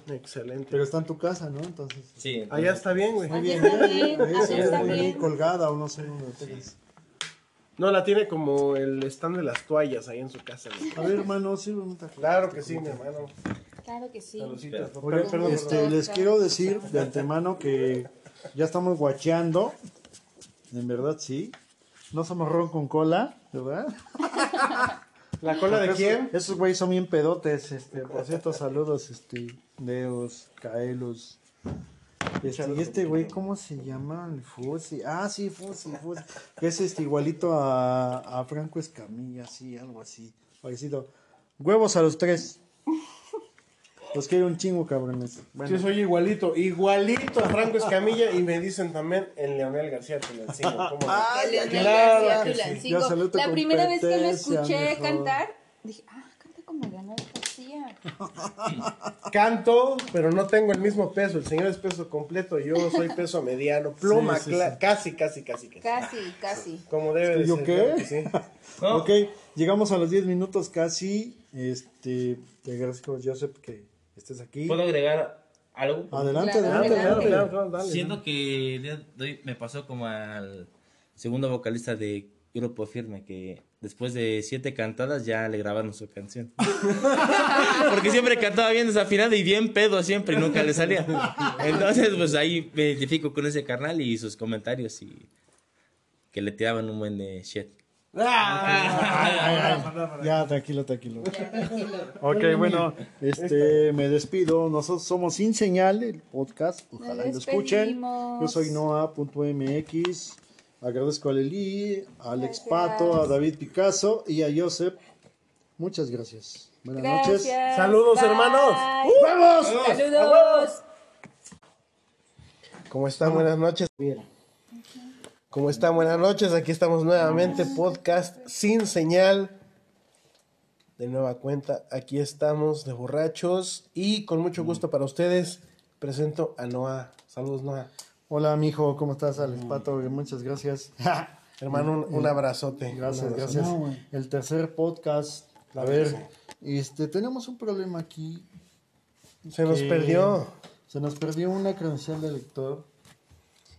A: Excelente.
B: Pero está en tu casa, ¿no? Entonces. eh,
E: Sí, entonces-
A: Allá Ah, está bien, güey.
C: Allá está bien,
B: Ahí se
C: allá
B: ve
C: está
B: muy
C: bien.
B: colgada o no sé dónde la tengas.
A: No, la tiene como el stand de las toallas ahí en su casa. güey.
B: A ver, hermano, sirve un taco.
A: Claro que sí, mi hermano.
C: Claro que sí.
A: Saluditos, papá.
B: Oye,
A: Perdón,
B: este,
A: perdón.
B: les quiero decir de antemano que ya estamos guacheando. En verdad, sí. No somos ron con cola, ¿verdad?
A: ¿La cola de
B: Esos-
A: quién?
B: Esos güeyes son bien pedotes, este, por cierto, saludos, este, Deos, Caelus. Este, y este güey, ¿cómo se llama? El Fusi. Ah, sí, Fusi, Fusi. Que es este igualito a, a Franco Escamilla, sí, algo así. Parecido. Huevos a los tres. Los quiero un chingo, cabrones.
A: Yo
B: Bueno,
A: soy igualito, igualito a Franco Escamilla y me dicen también el Leonel García Tulancingo. ¿Cómo no?
B: Ah,
C: El Leonel
B: claro
C: García
B: que sí.
C: Tulancingo.
B: Ya salió tu
C: La primera vez que lo
B: competencia,
C: escuché
B: mijo.
C: cantar, dije, ah, canta como Leonel García.
A: Canto, pero no tengo el mismo peso. El señor es peso completo, yo soy peso mediano, pluma,
B: Sí, sí, sí.
A: cla- casi, casi, casi, casi.
C: Casi, casi.
A: Como debe de
B: ¿Yo
A: ser.
B: qué?
A: claro que sí.
E: No.
B: Ok, llegamos a los 10 minutos casi. Este, te agradezco, Joseph, que estés aquí.
E: ¿Puedo agregar algo?
B: Adelante,
C: Claro,
B: adelante,
A: Claro,
B: adelante.
A: claro, claro, dale.
E: Siento que el día de hoy me pasó como al segundo vocalista de Grupo Firme, que después de siete cantadas ya le grabaron su canción. (laughs) Porque siempre cantaba bien desafinada y bien pedo siempre y nunca le salía. Entonces, pues ahí me identifico con ese carnal y sus comentarios y que le tiraban un buen de shit.
B: Ya, tranquilo, tranquilo.
C: Ya, tranquilo.
B: Ok, bueno, este, me despido. Nosotros somos Sin Señal, el podcast. Ojalá y lo escuchen.
C: despedimos.
B: Yo soy Noah.mx. Agradezco a Leli, a Alex Pato, a David Picasso y a Joseph. Muchas gracias. Buenas noches.
C: Gracias.
A: Saludos,
C: Bye.
A: hermanos.
B: ¡Vamos!
C: Saludos.
A: ¿Cómo están? Buenas noches. ¿Cómo están? Buenas noches. Aquí estamos nuevamente, podcast sin señal. De nueva cuenta, aquí estamos de borrachos y con mucho gusto para ustedes presento a Noah. Saludos, Noah.
B: Hola, mijo, ¿cómo estás, Alex Pato? Muchas (laughs) gracias.
A: Hermano, un, un abrazote.
B: Gracias,
A: Un abrazote.
B: gracias. el tercer podcast. A ver, este, tenemos un problema aquí.
A: Se nos
B: que
A: perdió.
B: Se nos perdió una credencial de lector.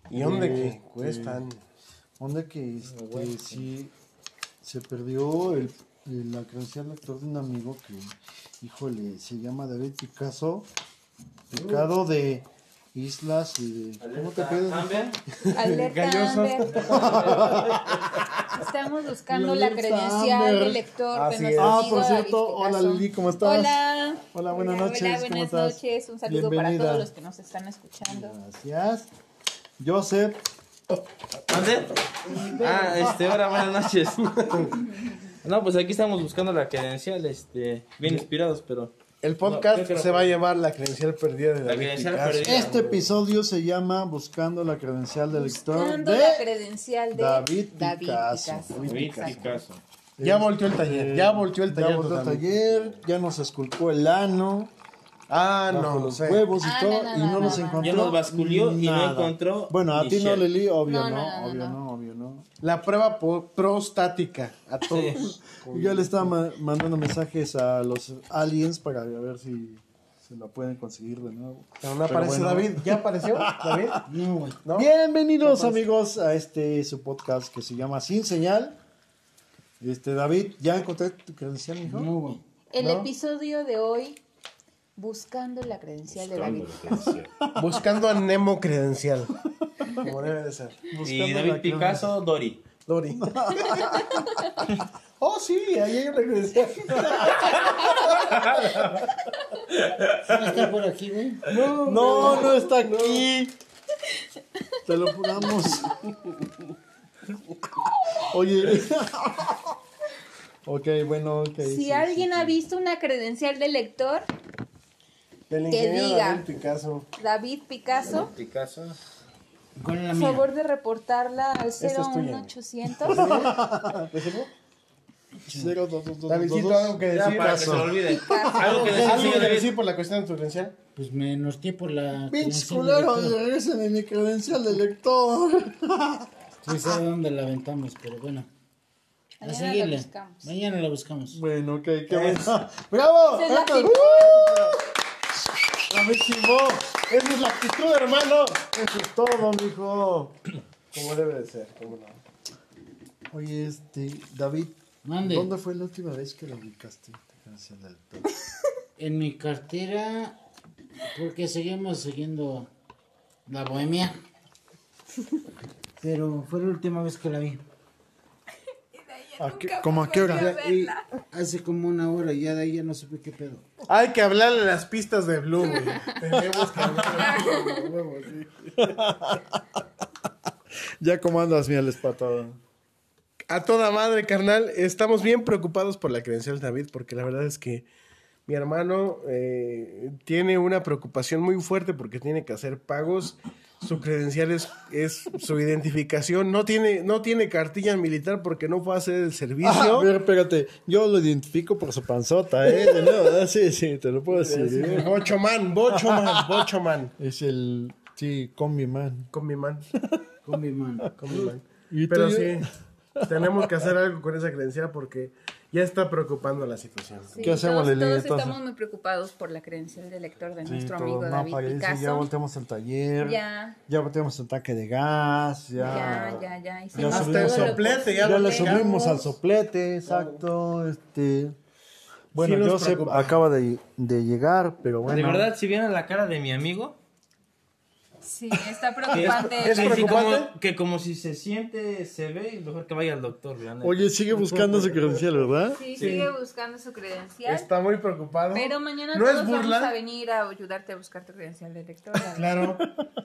A: ¿Y dónde que
B: Este,
A: cuestan?
B: Onda que este, sí se perdió el, el- la credencial de lector de un amigo que, híjole, se llama David Picasso. Picado de islas y de. ¿Cómo te pedes?
C: Alerta
A: Gallosos.
C: Amber. Estamos buscando la
B: Alerta
C: credencial
B: Amber.
C: del lector
A: Así
C: de
A: es.
C: nuestro
B: Ah,
C: amigo
B: por
C: David
B: cierto, hola,
C: Picasso.
B: Lili, ¿cómo estás?
C: Hola.
B: Hola, buenas noches,
C: Hola,
B: ¿cómo
C: buenas
B: estás?
C: noches. Un saludo
B: Bienvenida.
C: para todos los que nos están escuchando.
B: Gracias. Joseph.
E: ¿Mande? Ah, este, ahora buenas noches. (laughs) No, pues aquí estamos buscando la credencial, este, bien inspirados, pero
A: El
E: No,
A: podcast
E: creo que no
A: se va a llamar La credencial perdida de
E: La
A: David
E: credencial
A: Picasso.
E: perdida.
B: Este episodio se llama Buscando la credencial del lector
C: Dando la
B: de
C: credencial de
B: David
C: David,
B: Picasso. Eh,
C: Picasso.
E: Picasso.
A: Ya volteó el taller, ya volteó el taller.
B: Ya volteó el
A: totalmente.
B: taller, ya nos esculcó el ano,
A: Ah,
B: bajo
A: no, lo
B: los
A: sé.
B: huevos y
C: Ah,
B: todo,
C: no, no,
B: y no
C: no,
B: nos
C: no, no.
B: encontró.
E: Ya nos basculió y no
B: nada.
E: encontró
B: Bueno, a
E: ni
B: ti no,
E: shit.
B: Leli, obvio no,
C: No, no, no,
B: obvio no,
C: no.
B: obvio no.
A: La prueba po- prostática a todos.
B: Yo le estaba ma- mandando mensajes a los aliens para ver si se la pueden conseguir de nuevo.
A: Pero no aparece
B: bueno.
A: David. ¿Ya apareció David? No, güey.
B: Bienvenidos amigos a este su podcast que se llama Sin Señal. Este David, ¿ya encontré tu credencial, mijo?
C: El
A: ¿No?
C: episodio de hoy, buscando la credencial de David.
A: Buscando a Nemo credencial. Como debe de ser.
E: Y
B: Buscando la
E: David Picasso, Dory.
A: Dori. oh, sí, ahí hay una credencial.
D: está por aquí, güey?
B: No, no, está aquí. Te lo juramos. Oye. ok, bueno, ok.
C: Si
B: sí,
C: alguien
B: sí.
C: ha visto una credencial de lector,
A: Del
C: Que
A: ingeniero
C: diga.
A: David Picasso.
C: David Picasso,
E: Picasso.
D: ¿Cuál es la
C: por
D: mía?
C: favor de reportarla al
A: Esta es tuya. (laughs)
C: 01800
B: Cero, dos, dos, dos,
A: Davidcito,
B: dos, dos.
A: algo que
E: Ya,
A: decir.
E: para que se lo olvide. Algo que decir,
A: ¿Algo
E: señor
A: que
E: David.
A: decir por la cuestión de tu credencial?
D: Pues me norteé por la.
B: Pinches
D: credencial de
B: culeros,
D: lector.
B: regresen en mi credencial de lector.
D: Sí sé dónde la aventamos, pero bueno. A
C: Mañana la
D: seguirle.
C: buscamos.
D: Mañana la buscamos.
B: Bueno, ok, qué bueno. ¡Bravo!
C: Esa es la
B: Esto-
C: actitud.
B: ¡Uh! ¡Bravísimo!
A: Esa es la actitud, hermano.
B: Eso es todo, mijo.
A: Como debe de ser, cómo no.
B: Oye, este, David,
D: Mande.
B: ¿dónde fue la última vez que la ubicaste? Gracias, David.
D: En mi cartera, porque seguimos siguiendo la
C: (laughs)
D: bohemia. Pero fue la última vez que la vi.
B: ¿A qué- ¿Cómo a qué hora?
D: Y hace como una hora, ya de ahí ya no supe qué pedo.
A: Hay que hablarle a las pistas de Blue, güey. Tenemos que hablar.
B: Ya cómo andas, mieles patada.
A: A toda madre, carnal. Estamos bien preocupados por la credencial, David, porque la verdad es que mi hermano eh, tiene una preocupación muy fuerte porque tiene que hacer pagos. Su credencial es, es su identificación. No tiene, no tiene cartilla militar porque no fue a hacer el
B: Ah,
A: servicio.
B: a ver, espérate. Yo lo identifico por su panzota, ¿eh? De nuevo, ¿eh? sí, sí, te lo puedo decir. ¿eh?
A: Bocho man, bocho man, bocho man.
B: Es el, sí, combi man.
A: Con mi man,
D: Con mi mano.
A: con mi man.
B: ¿Y tú,
A: Pero
B: yo?
A: sí. Tenemos que hacer algo con esa creencia porque ya está preocupando la situación.
C: Sí,
B: ¿Qué hacemos,
C: todos,
B: Lili,
C: todos
B: entonces?
C: estamos muy preocupados por la credencial del lector de
B: Sí,
C: nuestro
B: todo
C: amigo
B: el
C: David
B: mapa, ya dice, ya
C: Picasso.
B: volteamos el taller, ya,
C: Ya,
B: volteamos el tanque de gas, ya,
C: ya, ya, ya.
B: Ya
C: Hicimos
B: subimos
C: todo
B: el
C: lo
A: soplete, ya
B: ya
A: lo
B: le
C: posible.
A: sacamos.
B: subimos al soplete, exacto, este... Bueno,
A: nos
B: Joseph
A: preocupa.
B: acaba de, de llegar, pero bueno.
E: De verdad, si vieran la cara de mi amigo,
C: Sí, está preocupante.
A: es
E: que, sí, como,
A: preocupante?
E: que como si se siente, se ve, mejor que vaya al doctor, la neta.
B: Oye, sigue buscando su credencial, ¿verdad?
C: Sí, sigue buscando su credencial.
A: Está muy preocupado.
C: Pero mañana
A: no
C: todos
A: es burla.
C: vamos a venir a ayudarte a buscar tu credencial de lector. David.
A: Claro.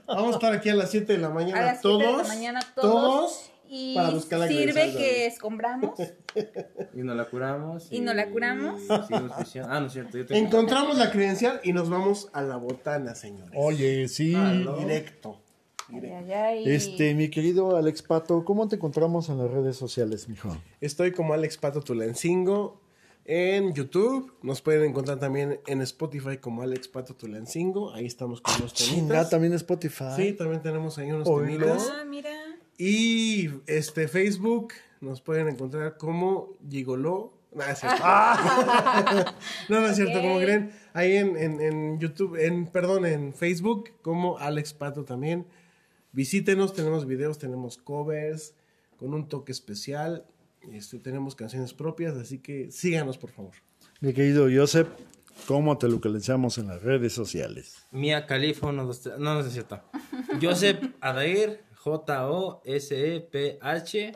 A: Vamos a estar aquí a las 7 de la
C: A
A: mañana.
C: las 7
A: todos,
C: de la mañana todos. Y
A: para buscar la
C: sirve
A: credencial,
C: que
A: David.
C: escombramos
E: Y nos la curamos.
C: ¿Y nos la curamos?
E: y seguimos creciendo. ah, no es cierto, yo tengo-
A: Encontramos la credencial y nos vamos a la botana, señores.
B: Oye, sí.
E: Aló.
A: Directo.
C: Ay, ay, ay.
B: Este, mi querido Alex Pato, ¿cómo te encontramos en las redes sociales, mijo?
A: Estoy como Alex Pato Tulancingo en YouTube. Nos pueden encontrar también en Spotify como Alex Pato Tulancingo. Ahí estamos con los
B: Ah, Chinga,
A: temitas.
B: también Spotify.
A: Sí, también tenemos ahí unos
B: Oiga.
A: temitas.
C: Ah, mira.
A: Y este Facebook nos pueden encontrar como Gigoló. No, es cierto.
C: (laughs)
A: no, no es cierto, como
C: Ok.
A: creen. Ahí en, en- en YouTube, en, perdón, en Facebook, como Alex Pato también. Visítenos, tenemos videos, tenemos covers con un toque especial. Este, tenemos canciones propias, así que síganos, por favor.
B: Mi querido Joseph, ¿cómo te localizamos en las redes sociales?
E: Mía Califa, uno, dos, tres. No, no es cierto. Joseph Adair, J-O-S-E-P-H. E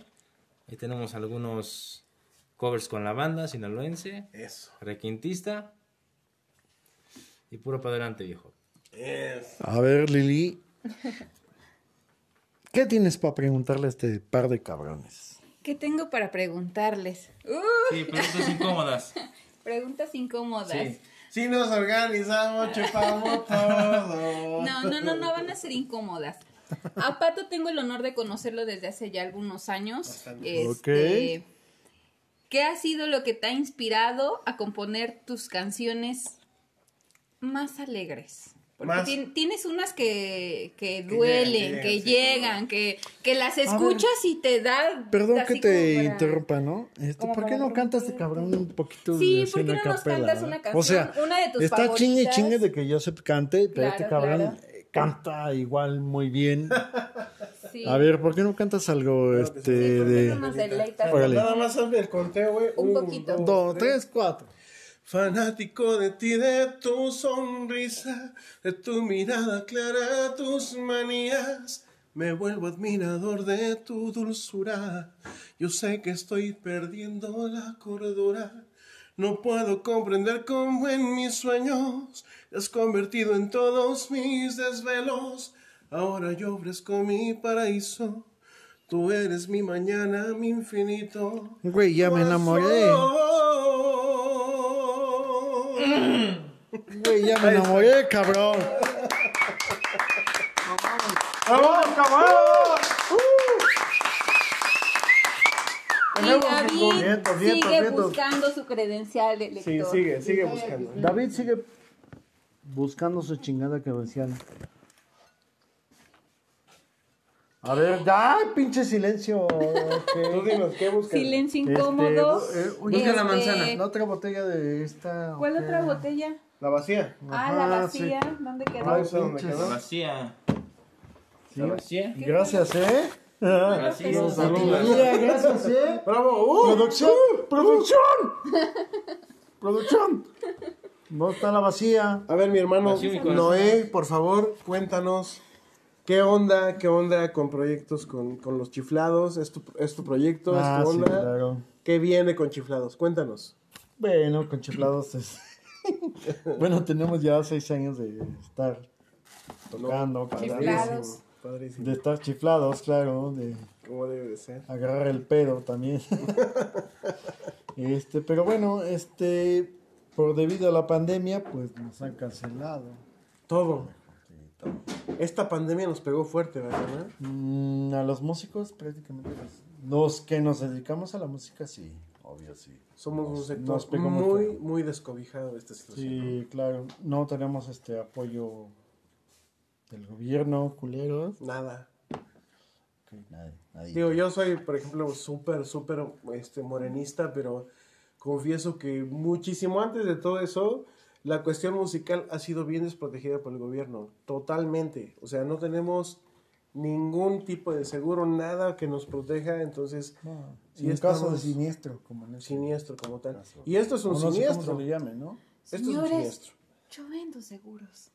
E: Ahí tenemos algunos covers con la banda sinaloense,
A: Eso.
E: requintista. Y puro para adelante, viejo.
B: A ver, Lili, ¿qué tienes para preguntarle a este par de cabrones?
C: ¿Qué tengo para preguntarles? Uh,
E: Sí, preguntas incómodas.
C: preguntas incómodas.
E: Sí.
A: Si nos organizamos, chupamos
C: (laughs)
A: todo.
C: No, no, no, no van a ser incómodas. A Pato tengo el honor de conocerlo desde hace ya algunos años. Este,
B: Ok.
C: ¿Qué ha sido lo que te ha inspirado a componer tus canciones más alegres? Porque
A: Más.
C: tien- tienes unas que, que
A: Que
C: duelen,
A: llegan,
C: que
A: que llegan, sí,
C: llegan, que, que las escuchas y te da...
B: Perdón
C: así
B: que te
C: como para-
B: interrumpa, ¿no? Este,
C: como
B: ¿Por qué
C: para
B: no cantas
C: romper.
B: este cabrón un poquito
C: Sí,
B: de
C: ¿por qué
B: a
C: no nos
B: capela,
C: cantas
B: ¿no?
C: una
B: O sea,
C: canción, una de tus
B: está chingue y
C: favoritas?
B: chingue de que Joseph cante, pero
C: Claro,
B: este cabrón
C: claro.
B: eh, canta igual muy
C: (laughs)
B: bien.
C: Sí.
B: A ver, ¿por qué no cantas algo este
C: Sí, ¿por qué no
B: de
C: nos deleitas?
B: Órale.
A: Nada más hazme el conteo, güey.
C: Un
A: Un,
C: poquito.
A: dos,
B: dos, tres, cuatro?
A: Fanático de ti, de tu sonrisa, de tu mirada clara, tus manías. Me vuelvo admirador de tu dulzura. Yo sé que estoy perdiendo la cordura. No puedo comprender cómo en mis sueños te has convertido en todos mis desvelos. Ahora yo ofrezco mi paraíso. Tú eres mi mañana, mi infinito.
B: Güey, ya me enamoré. Güey, ya me enamoré, cabrón.
A: ¡Vamos, cabrón!
C: Y
A: Tenemos
C: David
A: cinco. Vientos, vientos,
C: sigue
A: vientos.
C: buscando su credencial de
A: Sí,
C: lector.
A: sigue, sigue buscando.
B: David sigue buscando su chingada que decían. A ver, ya, pinche silencio.
A: Tú
B: ok.
A: dinos, ¿qué buscas?
C: Silencio
B: Este,
C: incómodo.
B: bu-
C: Este,
B: eh, uy,
E: busca la manzana,
B: La otra botella de esta.
C: ¿Cuál
B: ok.
C: otra botella?
A: La vacía.
C: ah, la
B: Ajá,
C: vacía. ¿Dónde quedó?
B: Ay,
A: No sé dónde
B: pinches.
A: quedó.
E: Vacía.
B: Sí.
E: Vacía.
B: Gracias, ¿eh?
E: Así es, saluda.
B: Mira, gracias, ¿eh?
A: ¡Bravo! ¡Uh!
B: (laughs) ¡Producción! ¡Producción! ¡Producción! No está la vacía.
A: A ver, mi hermano
E: Así mi corazón.
A: Noé, por favor, cuéntanos qué onda, qué onda con proyectos con, con los chiflados. ¿Es tu, es tu proyecto?
B: Ah,
A: ¿Es tu
B: sí,
A: onda?
B: claro.
A: ¿Qué viene con chiflados? Cuéntanos.
B: Bueno, con chiflados es- (laughs) bueno, tenemos ya seis años de estar tocando, cantando,
C: Chiflados.
A: Padrísimo.
B: de estar chiflados, claro, de
A: ¿Cómo debe de ser?
B: agarrar el pedo también. (laughs) este, pero bueno, este, por debido a la pandemia, pues nos han cancelado.
A: Todo. Esta pandemia nos pegó fuerte, ¿verdad?
B: Mm, a los músicos prácticamente los, los que nos dedicamos a la música sí, obvio sí.
A: Somos un
B: Nos-
A: sector
B: nos pegó muy
A: muy,
B: fuerte.
A: muy descobijado de esta situación.
B: Sí, claro, no tenemos este apoyo del gobierno, culeros.
A: Nada.
F: Nadie, nadie.
A: Digo, yo soy, por ejemplo, súper, súper este, morenista, pero confieso que muchísimo antes de todo eso, la cuestión musical ha sido bien desprotegida por el gobierno, totalmente. O sea, no tenemos ningún tipo de seguro, nada que nos proteja, entonces,
F: No,
A: Sí,
F: un caso de
A: estamos-
F: siniestro, como en este.
A: siniestro como tal. Y esto es
F: O
A: un
F: no sé cómo se
A: siniestro.
F: le llame, ¿no?
A: Esto es un
C: Señores.
A: siniestro.
C: Yo vendo seguros.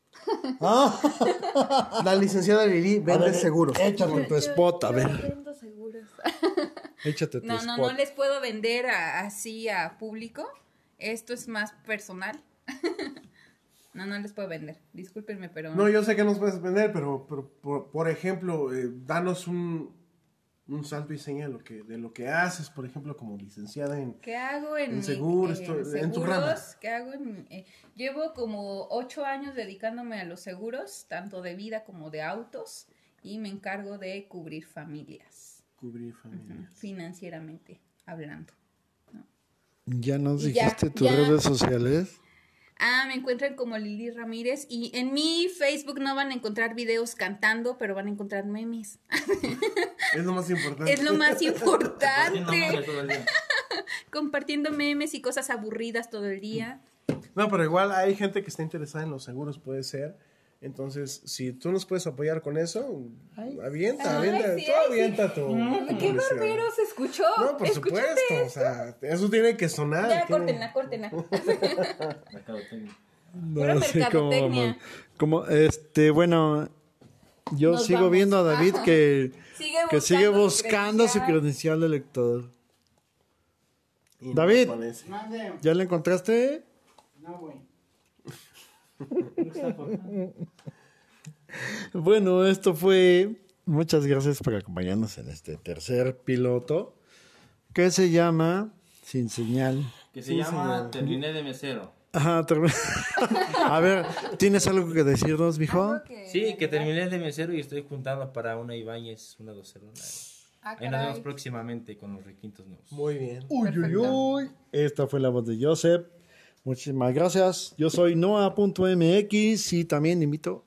F: Ah,
A: La licenciada Lili
F: a
A: vende
F: ver,
A: seguro.
F: Échate tu spot, a ver.
C: Vendo seguros.
F: Échate tu
C: No, no,
F: spot.
C: no les puedo vender a- así a público. Esto es más personal. (laughs) no, no les puedo vender. Discúlpenme, pero.
A: No, yo sé que nos puedes vender, pero, pero, por, por ejemplo, eh, danos un, un salto y seña de lo, que, de lo que haces, por ejemplo, como licenciada en...
C: ¿Qué hago en,
A: En
C: mi-
A: seguros,
C: en
A: to- en tu
C: seguros?
A: rama.
C: ¿Qué hago en- eh, llevo como ocho años dedicándome a los seguros, tanto de vida como de autos, y me encargo de cubrir familias,
A: Cubrir
C: ujú,
A: familia.
C: financieramente hablando.
B: Ya nos
C: Y ya,
B: dijiste tus
C: ya.
B: redes sociales.
C: Ah, me encuentran como Lili Ramírez y en mi Facebook no van a encontrar videos cantando, pero van a encontrar memes.
A: Es lo más importante.
C: Es lo más importante.
E: todo el día.
C: Compartiendo memes y cosas aburridas todo el día.
A: No, pero igual hay gente que está interesada en los seguros, puede ser. Entonces, si tú nos puedes apoyar con eso, avienta,
C: Ay,
A: avienta,
C: sí,
A: tú
C: ay,
A: avienta tu
C: ¡Qué
A: publicidad.
C: barbero se escuchó!
A: No, por
C: Escúchate.
A: supuesto, Ah, o sea, eso tiene que sonar.
C: Ya,
A: tiene-
C: córtenla, córtenla.
E: Mercadotecnia.
C: Pura
B: No sé cómo
C: mercadotecnia.
B: vamos. Como, este, bueno, yo
C: Nos
B: sigo
C: vamos.
B: viendo a David que,
C: (laughs) Sigue
B: que sigue
C: buscando su
B: buscando su
C: credencial.
B: credencial de lector.
A: y no
B: David.
A: aparece.
D: Mande.
B: ¿Ya la encontraste?
D: No, güey.
B: Bueno, esto fue. Muchas gracias por acompañarnos en este tercer piloto que se llama Sin Señal.
E: Que se llama Terminé de mesero.
B: Ajá, term- a ver, ¿tienes algo que decirnos, mijo?
C: Creo que-
E: Sí, que terminé de mesero y estoy juntando para una Ibáñez, una docerona.
C: Ah,
E: Ahí nos vemos
C: caray.
E: próximamente con los requintos nuevos.
A: Muy bien.
B: Uy, uy, uy. Esta fue la voz de Joseph. Muchísimas gracias. Yo soy Noah.mx y también invito.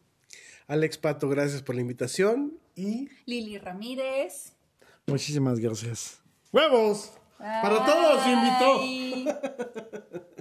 A: Alex Pato, gracias por la invitación y
C: Lili Ramírez.
B: Muchísimas gracias. ¡Huevos!
A: Para todos, invitó.
C: invitó.